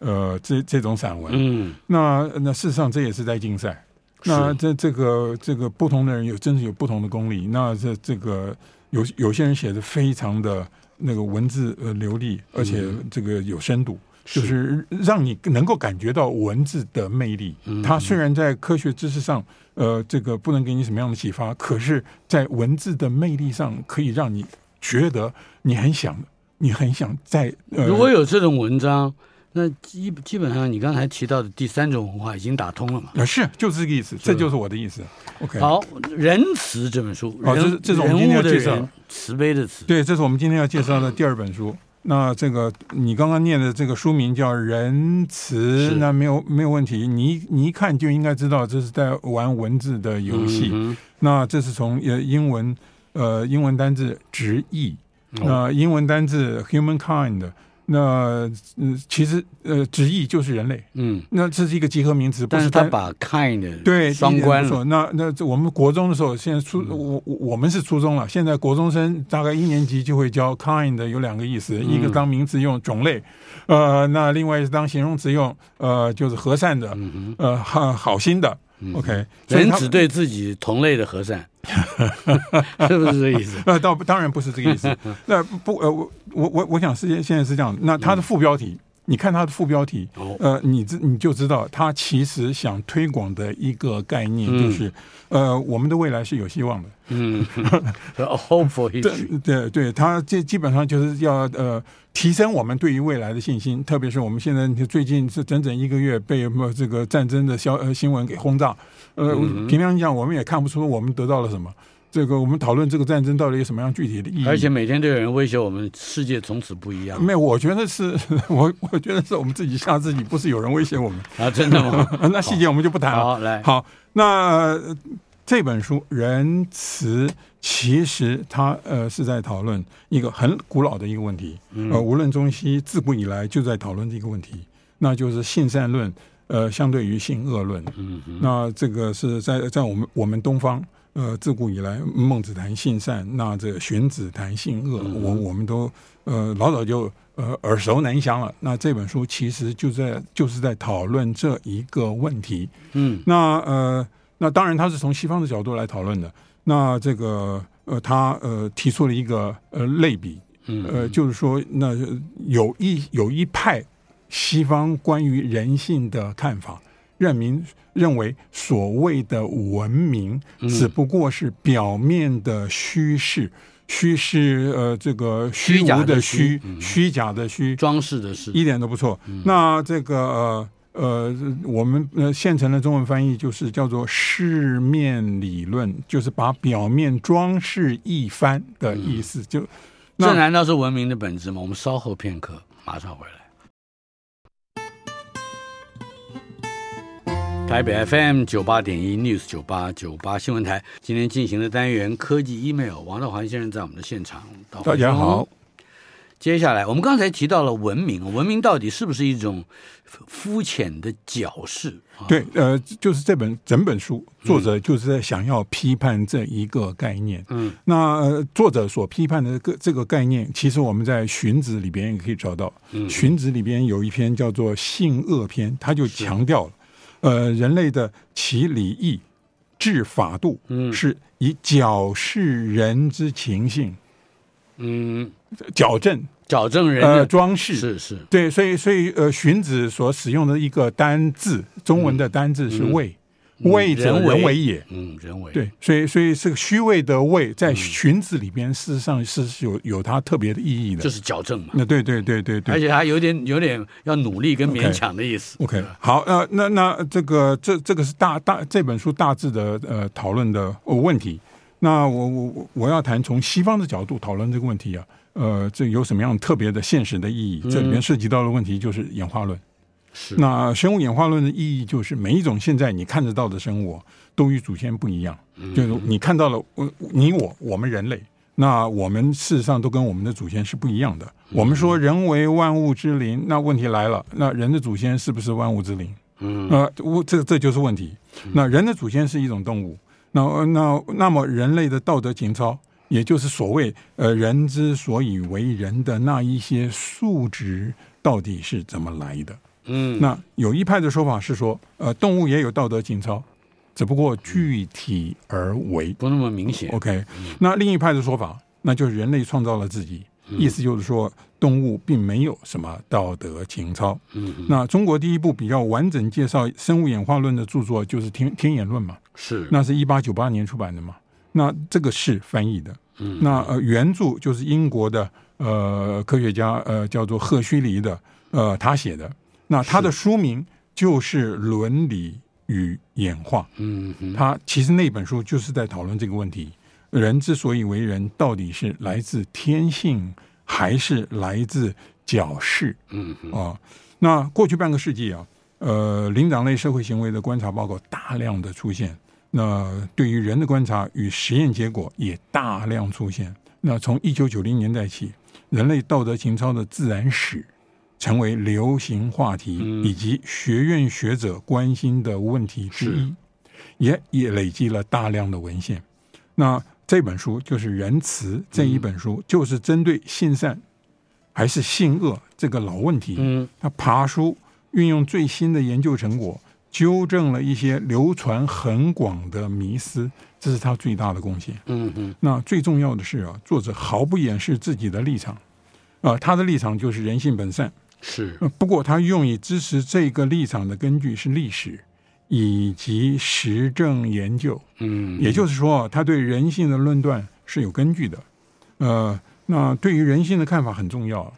[SPEAKER 2] 呃这这种散文。
[SPEAKER 1] 嗯，
[SPEAKER 2] 那那事实上这也是在竞赛。那
[SPEAKER 1] 是
[SPEAKER 2] 这这个这个不同的人有真是有不同的功力。那这这个有
[SPEAKER 1] 嗯
[SPEAKER 2] 有些人写的非常的那个文字呃流利，而且这个有深度。就是让你能够感觉到文字的魅力。
[SPEAKER 1] 嗯
[SPEAKER 2] 它虽然在科学知识上，呃，这个不能给你什么样的启发，可是，在文字的魅力上，可以让你觉得你很想，你很想在呃，
[SPEAKER 1] 如果有这种文章，那基基本上你刚才提到的第三种文化已经打通了嘛。
[SPEAKER 2] 呃是就是这个意思，这就是我的意思。OK，
[SPEAKER 1] 好，《仁慈》这本书，
[SPEAKER 2] 哦这是
[SPEAKER 1] 人
[SPEAKER 2] 这是我们
[SPEAKER 1] 人
[SPEAKER 2] 今
[SPEAKER 1] 物
[SPEAKER 2] 天要
[SPEAKER 1] 的
[SPEAKER 2] 介绍
[SPEAKER 1] 人，慈悲的慈，
[SPEAKER 2] 对，这是我们今天要介绍的第二本书。那这个你刚刚念的这个书名叫《仁慈
[SPEAKER 1] 是》，
[SPEAKER 2] 那没有没有问题，你一你一看就应该知道这是在玩文字的游戏。
[SPEAKER 1] 嗯
[SPEAKER 2] 那这是从呃英文呃英文单字直译，
[SPEAKER 1] 哦
[SPEAKER 2] 那、英文单字 humankind，那嗯其实呃直译就是人类，
[SPEAKER 1] 嗯，
[SPEAKER 2] 那这是一个集合名词，不
[SPEAKER 1] 但是他
[SPEAKER 2] 单
[SPEAKER 1] 把 kind
[SPEAKER 2] 对
[SPEAKER 1] 双关
[SPEAKER 2] 一
[SPEAKER 1] 了，嗯
[SPEAKER 2] 点不错那那这我们国中的时候，现在初、我我我们是初中了，现在国中生大概一年级就会教 kind 有两个意思，
[SPEAKER 1] 嗯
[SPEAKER 2] 一个当名词用种类，呃，那另外是当形容词用，呃，就是和善的，
[SPEAKER 1] 嗯
[SPEAKER 2] 呃，好好心的。OK，所以
[SPEAKER 1] 人
[SPEAKER 2] 它
[SPEAKER 1] 只对自己同类的和 善，是不是这意思？
[SPEAKER 2] 呃，倒当然不是这个 意思。那不呃，我我我我想是现在是这样。那它的
[SPEAKER 1] 嗯
[SPEAKER 2] 副标题，你看它的副标题
[SPEAKER 1] 哦，
[SPEAKER 2] 呃，你知你就知道它其实想推广的一个概念
[SPEAKER 1] 嗯
[SPEAKER 2] 就是，呃，我们的未来是有希望的。
[SPEAKER 1] 嗯，hopeful history，
[SPEAKER 2] 对对对，它这基本上就是要呃提升我们对于未来的信心，特别是我们现在最近是整整一个月被呃这个战争的消呃新闻给轰炸，呃，
[SPEAKER 1] 嗯
[SPEAKER 2] 凭良心讲，我们也看不出我们得到了什么。这个我们讨论这个战争到底有什么样具体的意义？
[SPEAKER 1] 而且每天都有人威胁我们，世界从此不一样
[SPEAKER 2] 没有，我觉得是 我，我觉得是我们自己吓自己，不是有人威胁我们。
[SPEAKER 1] 啊！真的吗？
[SPEAKER 2] 那细节我们就不谈了。
[SPEAKER 1] 好，来，
[SPEAKER 2] 好，那、呃这本书《仁慈》其实它呃是在讨论一个很古老的一个问题，
[SPEAKER 1] 嗯
[SPEAKER 2] 呃，无论中西，自古以来就在讨论这个问题，那就是性善论，呃，相对于性恶论。
[SPEAKER 1] 嗯哼，
[SPEAKER 2] 那这个是在在我们我们东方，呃，自古以来，孟子谈性善，那这个荀子谈性恶，
[SPEAKER 1] 嗯
[SPEAKER 2] 我我们都呃老早就呃耳熟能详了。那这本书其实就在就是在讨论这一个问题。
[SPEAKER 1] 嗯，
[SPEAKER 2] 那呃，那当然他是从西方的角度来讨论的。那这个呃，他呃提出了一个呃类比，呃，就是说，那呃有一有一派西方关于人性的看法，认明认为所谓的文明只不过是表面的虚饰，虚是呃这个虚
[SPEAKER 1] 虚假
[SPEAKER 2] 无
[SPEAKER 1] 的
[SPEAKER 2] 的
[SPEAKER 1] 虚
[SPEAKER 2] 虚，嗯虚假的虚，
[SPEAKER 1] 装饰的是，
[SPEAKER 2] 一点都不错。那这个呃呃，我们呃现成的中文翻译就是叫做饰面理论，就是把表面装饰一番的意思，就那
[SPEAKER 1] 这难道是文明的本质吗？我们稍后片刻，马上回来。台北 FM 九八点一 News 九八九八新闻台今天进行的单元科技 email，王道环先生在我们的现场。道环
[SPEAKER 2] 大家好。
[SPEAKER 1] 接下来，我们刚才提到了文明，文明到底是不是一种肤浅的矫饰？啊，
[SPEAKER 2] 对，呃，就是这本整本书，作者就是在想要批判这一个概念。
[SPEAKER 1] 嗯，
[SPEAKER 2] 那、呃作者所批判的个这个概念，其实我们在《荀子》里边也可以找到。
[SPEAKER 1] 嗯
[SPEAKER 2] 《荀子》里边有一篇叫做《性恶篇》，他就强调了，呃，人类的其礼义、治法度，嗯，是以矫饰人之情性，
[SPEAKER 1] 嗯，
[SPEAKER 2] 矫正
[SPEAKER 1] 矫正人
[SPEAKER 2] 呃
[SPEAKER 1] 的
[SPEAKER 2] 装饰
[SPEAKER 1] 是是，
[SPEAKER 2] 对，所以所以呃，荀子所使用的一个单字，中文的单字是畏，畏
[SPEAKER 1] 嗯
[SPEAKER 2] 者
[SPEAKER 1] 人为
[SPEAKER 2] 人为也。
[SPEAKER 1] 嗯，人为
[SPEAKER 2] 对，所以所以这个虚伪的伪
[SPEAKER 1] 嗯
[SPEAKER 2] 在荀子里边，事实上是是有有它特别的意义的。
[SPEAKER 1] 就是矫正嘛。
[SPEAKER 2] 那对对对对
[SPEAKER 1] 而
[SPEAKER 2] 对。
[SPEAKER 1] 且还有点有点要努力跟勉
[SPEAKER 2] OK
[SPEAKER 1] 强的意思。
[SPEAKER 2] OK，好，呃，那那这个这这个是大大这本书大致的呃讨论的呃问题。那我我我我要谈从西方的角度讨论这个问题啊，呃，这有什么样特别的现实的意义？这里面涉及到的问题就是演化论。
[SPEAKER 1] 是
[SPEAKER 2] 那生物演化论的意义就是，每一种现在你看得到的生物都与祖先不一样，就是你看到了我你我我们人类，那我们事实上都跟我们的祖先是不一样的。我们说人为万物之灵，那问题来了，那人的祖先是不是万物之灵？
[SPEAKER 1] 嗯，
[SPEAKER 2] 呃，我这这就是问题。那人的祖先是一种动物，那那那么人类的道德情操，也就是所谓呃人之所以为人的那一些素质，到底是怎么来的？
[SPEAKER 1] 嗯，
[SPEAKER 2] 那有一派的说法是说，呃，动物也有道德情操，只不过具体而为。
[SPEAKER 1] 不那么明显。
[SPEAKER 2] 哦
[SPEAKER 1] 嗯
[SPEAKER 2] OK，那另一派的说法，那就是人类创造了自己，
[SPEAKER 1] 嗯
[SPEAKER 2] 意思就是说动物并没有什么道德情操。
[SPEAKER 1] 嗯，
[SPEAKER 2] 那中国第一部比较完整介绍生物演化论的著作就是《天天演论》嘛，
[SPEAKER 1] 是，
[SPEAKER 2] 那是一八九八年出版的嘛。那这个是翻译的，
[SPEAKER 1] 嗯
[SPEAKER 2] 那呃原著就是英国的呃科学家呃叫做赫胥黎的呃他写的，那他的书名就是《伦理与演化》。
[SPEAKER 1] 嗯哼，
[SPEAKER 2] 他其实那本书就是在讨论这个问题：人之所以为人，到底是来自天性还是来自矫饰
[SPEAKER 1] 嗯哼，
[SPEAKER 2] 啊？那过去半个世纪啊，呃，灵长类社会行为的观察报告大量的出现，那对于人的观察与实验结果也大量出现。那从一九九零年代起，人类道德情操的自然史。成为流行话题以及学院学者关心的问题之一。也也累积了大量的文献。那这本书就是《仁慈》这一本书，就是针对性善还是性恶这个老问题，
[SPEAKER 1] 嗯
[SPEAKER 2] 它爬书，运用最新的研究成果，纠正了一些流传很广的迷思，这是它最大的贡献。
[SPEAKER 1] 嗯哼，
[SPEAKER 2] 那最重要的是啊，作者毫不掩饰自己的立场，啊，他的立场就是人性本善。
[SPEAKER 1] 是，
[SPEAKER 2] 呃不过，他用以支持这个立场的根据是历史以及实证研究。
[SPEAKER 1] 嗯，
[SPEAKER 2] 也就是说，他对人性的论断是有根据的。呃，那对于人性的看法很重要。啊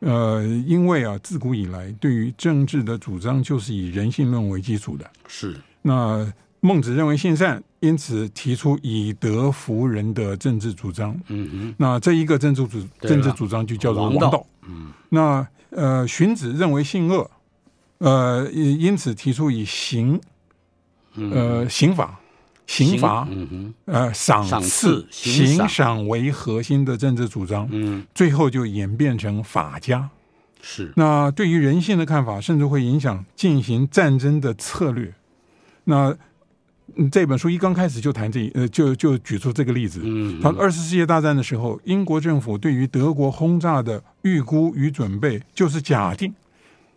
[SPEAKER 2] 呃，因为啊，自古以来，对于政治的主张就是以人性论为基础的。
[SPEAKER 1] 是，
[SPEAKER 2] 那孟子认为性善，因此提出以德服人的政治主张。
[SPEAKER 1] 嗯哼，
[SPEAKER 2] 那这一个政治主
[SPEAKER 1] 对了
[SPEAKER 2] 政治主张就叫做王
[SPEAKER 1] 王
[SPEAKER 2] 道
[SPEAKER 1] 道。嗯，
[SPEAKER 2] 那呃，荀子认为性恶，呃，因因此提出以刑
[SPEAKER 1] 嗯
[SPEAKER 2] 呃刑法刑罚
[SPEAKER 1] 嗯哼，
[SPEAKER 2] 呃赏
[SPEAKER 1] 赏
[SPEAKER 2] 赐
[SPEAKER 1] 赐欣
[SPEAKER 2] 欣
[SPEAKER 1] 赏
[SPEAKER 2] 赏为核心的政治主张，
[SPEAKER 1] 嗯，
[SPEAKER 2] 最后就演变成法家。
[SPEAKER 1] 是，
[SPEAKER 2] 那对于人性的看法，甚至会影响进行战争的策略。那嗯这本书一刚开始就谈这一呃，就就举出这个例子。
[SPEAKER 1] 嗯
[SPEAKER 2] 他二次世界大战的时候，英国政府对于德国轰炸的预估与准备，就是假定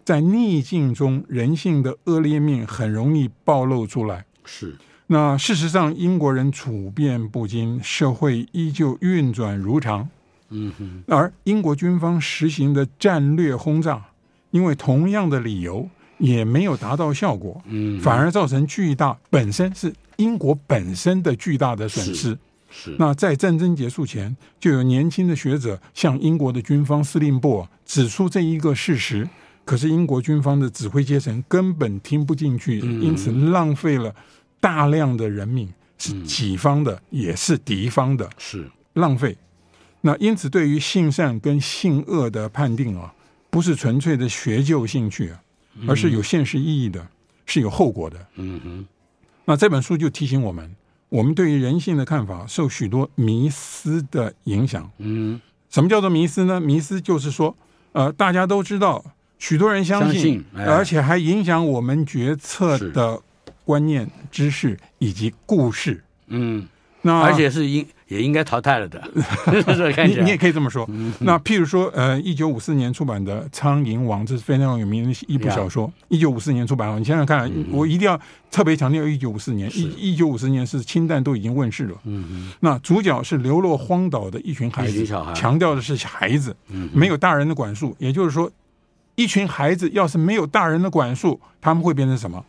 [SPEAKER 2] 在逆境中人性的恶劣面很容易暴露出来。
[SPEAKER 1] 是，
[SPEAKER 2] 那事实上，英国人处变不惊，社会依旧运转如常。
[SPEAKER 1] 嗯哼，
[SPEAKER 2] 而英国军方实行的战略轰炸，因为同样的理由也没有达到效果，
[SPEAKER 1] 嗯，
[SPEAKER 2] 反而造成巨大本身是英国本身的巨大的损失。
[SPEAKER 1] 是，
[SPEAKER 2] 那在战争结束前，就有年轻的学者向英国的军方司令部啊指出这一个事实。可是英国军方的指挥阶层根本听不进去，
[SPEAKER 1] 嗯
[SPEAKER 2] 因此浪费了大量的人命，是己方的，也是敌方的。
[SPEAKER 1] 嗯是，
[SPEAKER 2] 浪费。那因此，对于性善跟性恶的判定啊，不是纯粹的学究兴趣啊，而是有现实意义的，是有后果的。
[SPEAKER 1] 嗯哼，
[SPEAKER 2] 那这本书就提醒我们，我们对于人性的看法受许多迷思的影响。
[SPEAKER 1] 嗯，
[SPEAKER 2] 什么叫做迷思呢？迷思就是说，呃，大家都知道，许多人相信，
[SPEAKER 1] 相信哎
[SPEAKER 2] 而且还影响我们决策的观念、知识以及故事。
[SPEAKER 1] 嗯，
[SPEAKER 2] 那
[SPEAKER 1] 而且是应也应该淘汰了的， 这看
[SPEAKER 2] 啊 你
[SPEAKER 1] 起来
[SPEAKER 2] 你也可以这么说。
[SPEAKER 1] 嗯
[SPEAKER 2] 那譬如说，呃，一九五四年出版的《苍蝇王》，这是非常有名的一部小说。一九五四年出版，你想想看，
[SPEAKER 1] 嗯
[SPEAKER 2] 我一定要特别强调一九五四年。一一九五四年是氢弹都已经问世了。
[SPEAKER 1] 嗯
[SPEAKER 2] 那主角是流落荒岛的一群孩
[SPEAKER 1] 一群
[SPEAKER 2] 子
[SPEAKER 1] 小孩，
[SPEAKER 2] 强调的是孩子，
[SPEAKER 1] 嗯
[SPEAKER 2] 没有大人的管束。也就是说，一群孩子要是没有大人的管束，他们会变成什么？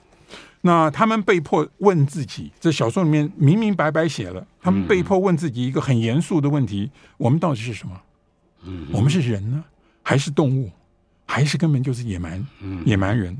[SPEAKER 2] 那他们被迫问自己，这小说里面明明白白写了，他
[SPEAKER 1] 嗯
[SPEAKER 2] 们被迫问自己一个很严肃的问题：我们到底是什么？
[SPEAKER 1] 嗯
[SPEAKER 2] 我们是人呢，还是动物，还是根本就是野蛮
[SPEAKER 1] 嗯
[SPEAKER 2] 野蛮人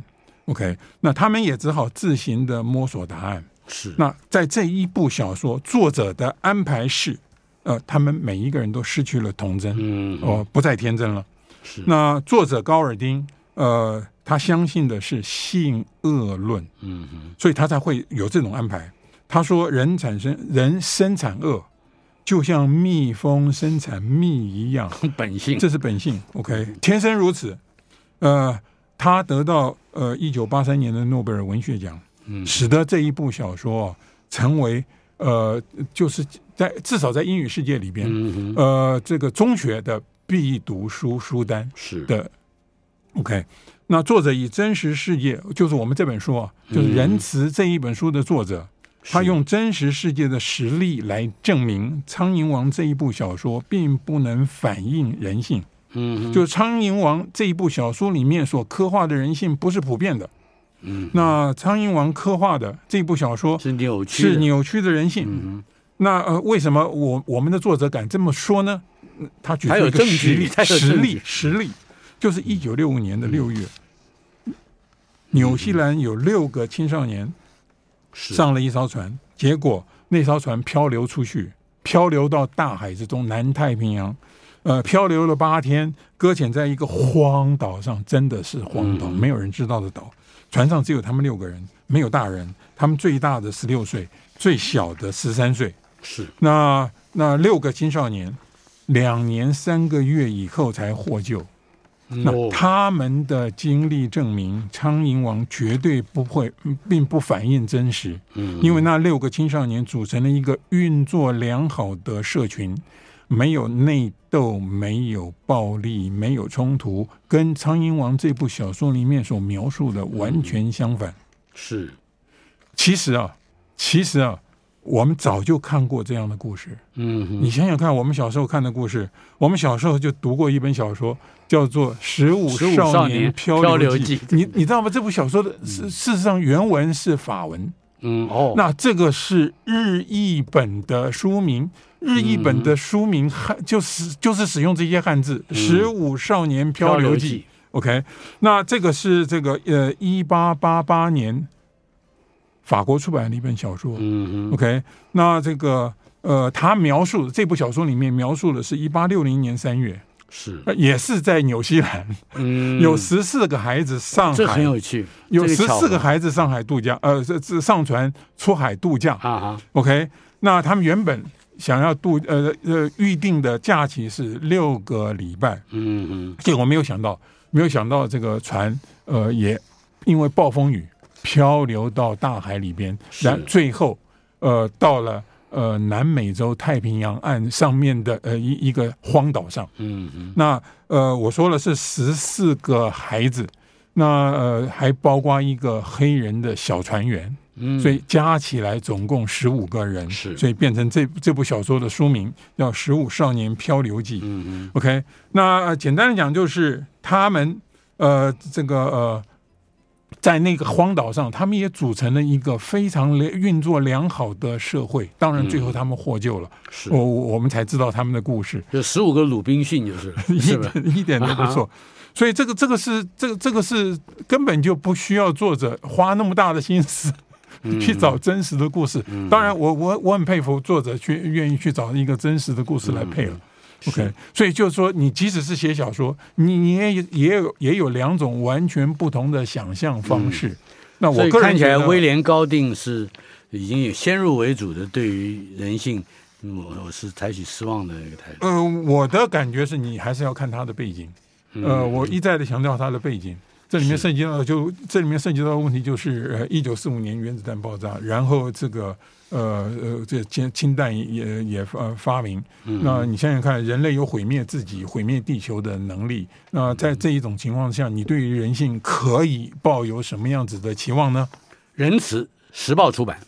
[SPEAKER 2] ？OK，那他们也只好自行的摸索答案。
[SPEAKER 1] 是，
[SPEAKER 2] 那在这一部小说，作者的安排是，呃，他们每一个人都失去了童真，
[SPEAKER 1] 嗯
[SPEAKER 2] 哦、不再天真了。
[SPEAKER 1] 是，
[SPEAKER 2] 那作者高尔丁，呃，他相信的是性恶论，
[SPEAKER 1] 嗯哼，
[SPEAKER 2] 所以他才会有这种安排。他说，人产生人生产恶，就像蜜蜂生产蜜一样，
[SPEAKER 1] 本性
[SPEAKER 2] 这是本性。OK，天生如此。呃，他得到呃一九八三年的诺贝尔文学奖，
[SPEAKER 1] 嗯
[SPEAKER 2] 使得这一部小说、啊、成为呃，就是在至少在英语世界里边，
[SPEAKER 1] 嗯哼，
[SPEAKER 2] 呃，这个中学的必读书书单
[SPEAKER 1] 是，
[SPEAKER 2] 的。OK，那作者以真实世界，就是我们这本书啊，就是《仁慈》这一本书的作者，他用真实世界的实例来证明《苍蝇王》这一部小说并不能反映人性。
[SPEAKER 1] 嗯，
[SPEAKER 2] 就是《苍蝇王》这一部小说里面所刻画的人性不是普遍的。嗯，那《苍蝇王》刻画的这部小说
[SPEAKER 1] 是扭曲的，
[SPEAKER 2] 是扭曲的人性。嗯、那呃，为什么我我们的作者敢这么说呢？嗯他举出
[SPEAKER 1] 他有
[SPEAKER 2] 一个
[SPEAKER 1] 证据
[SPEAKER 2] 实例，
[SPEAKER 1] 他有证据嗯
[SPEAKER 2] 实例，实例，就是一九六五年的六月，纽西兰有六个青少年
[SPEAKER 1] 是
[SPEAKER 2] 上了一艘船，结果那艘船漂流出去，漂流到大海之中，南太平洋，呃，漂流了八天，搁浅在一个荒岛上，真的是荒
[SPEAKER 1] 嗯
[SPEAKER 2] 岛，没有人知道的岛。船上只有他们六个人，没有大人，他们最大的十六岁，最小的十三岁。
[SPEAKER 1] 是
[SPEAKER 2] 那那六个青少年，两年三个月以后才获救。那
[SPEAKER 1] 哦
[SPEAKER 2] 他们的经历证明，《苍蝇王》绝对不会，嗯并不反映真实。
[SPEAKER 1] 嗯，
[SPEAKER 2] 因为那六个青少年组成了一个运作良好的社群，没有内斗，没有暴力，没有冲突，跟《苍蝇王》这部小说里面所描述的完全相反。
[SPEAKER 1] 是
[SPEAKER 2] 其实啊，其实啊，我们早就看过这样的故事。
[SPEAKER 1] 嗯
[SPEAKER 2] 你想想看，我们小时候看的故事，我们小时候就读过一本小说，叫做《十五
[SPEAKER 1] 15少年
[SPEAKER 2] 年
[SPEAKER 1] 漂
[SPEAKER 2] 漂
[SPEAKER 1] 流
[SPEAKER 2] 流
[SPEAKER 1] 记
[SPEAKER 2] 记》。你你知道吗？这部小说的事事实上原文是法文，
[SPEAKER 1] 嗯哦，
[SPEAKER 2] 那这个是日译本的书名。日译本的书名汉就是就是使用这些汉字，十五少年漂流记》。OK，那这个是这个呃，一八八八年法国出版的一本小说。
[SPEAKER 1] 嗯哼
[SPEAKER 2] OK，那这个呃，他描述这部小说里面描述的是一八六零年三月，
[SPEAKER 1] 是
[SPEAKER 2] 呃也是在纽西兰，
[SPEAKER 1] 嗯
[SPEAKER 2] 有十四个孩子上
[SPEAKER 1] 这很
[SPEAKER 2] 海，
[SPEAKER 1] 有趣，
[SPEAKER 2] 有
[SPEAKER 1] 这
[SPEAKER 2] 十
[SPEAKER 1] 巧
[SPEAKER 2] 四个
[SPEAKER 1] 合
[SPEAKER 2] 孩子上海度假，呃，这这上船出海度假。
[SPEAKER 1] 啊哈
[SPEAKER 2] OK，那他们原本想要度呃呃预定的假期是六个礼拜，
[SPEAKER 1] 嗯
[SPEAKER 2] 结果没有想到，没有想到这个船呃也因为暴风雨漂流到大海里边，
[SPEAKER 1] 是
[SPEAKER 2] 然最后呃到了呃南美洲太平洋岸上面的呃一一个荒岛上。
[SPEAKER 1] 嗯嗯
[SPEAKER 2] 那呃我说了是十四个孩子，那呃还包括一个黑人的小船员。
[SPEAKER 1] 嗯，
[SPEAKER 2] 所以加起来总共十五个人，
[SPEAKER 1] 是
[SPEAKER 2] 所以变成这这部小说的书名叫《十五少年漂流记》。
[SPEAKER 1] 嗯
[SPEAKER 2] OK，那、呃简单的讲就是他们呃这个呃在那个荒岛上，他们也组成了一个非常良运作良好的社会。当然，最后他们获救了，
[SPEAKER 1] 哼嗯是
[SPEAKER 2] 我、我们才知道他们的故事。
[SPEAKER 1] 有十五个鲁滨逊就是了
[SPEAKER 2] 一
[SPEAKER 1] 是吧？
[SPEAKER 2] 点一点都不错。所以这个这个是这个这个是根本就不需要作者花那么大的心思。 去找真实的故事，当然我我我很佩服作者去愿意去找一个真实的故事来配了。OK，所以嗯就是说，你即使是写小说，你你也也有也有两种完全不同的想象方式。那
[SPEAKER 1] 所
[SPEAKER 2] 啊我
[SPEAKER 1] 以
[SPEAKER 2] 嗯个人
[SPEAKER 1] 看起来
[SPEAKER 2] 觉得
[SPEAKER 1] 威廉高定是已经有先入为主的对于人性，嗯我我是采取失望的那个态度。
[SPEAKER 2] 呃，我的感觉是你还是要看他的背景。呃，我一再的强调他的背景，这里面涉及到的就这里面涉及到的问题就是，呃，一九四五年原子弹爆炸，然后这个呃呃这氢氢弹也也呃发明。那你想想看，人类有毁灭自己、毁灭地球的能力。那在这一种情况下，你对于人性可以抱有什么样子的期望呢？
[SPEAKER 1] 仁慈时报出版。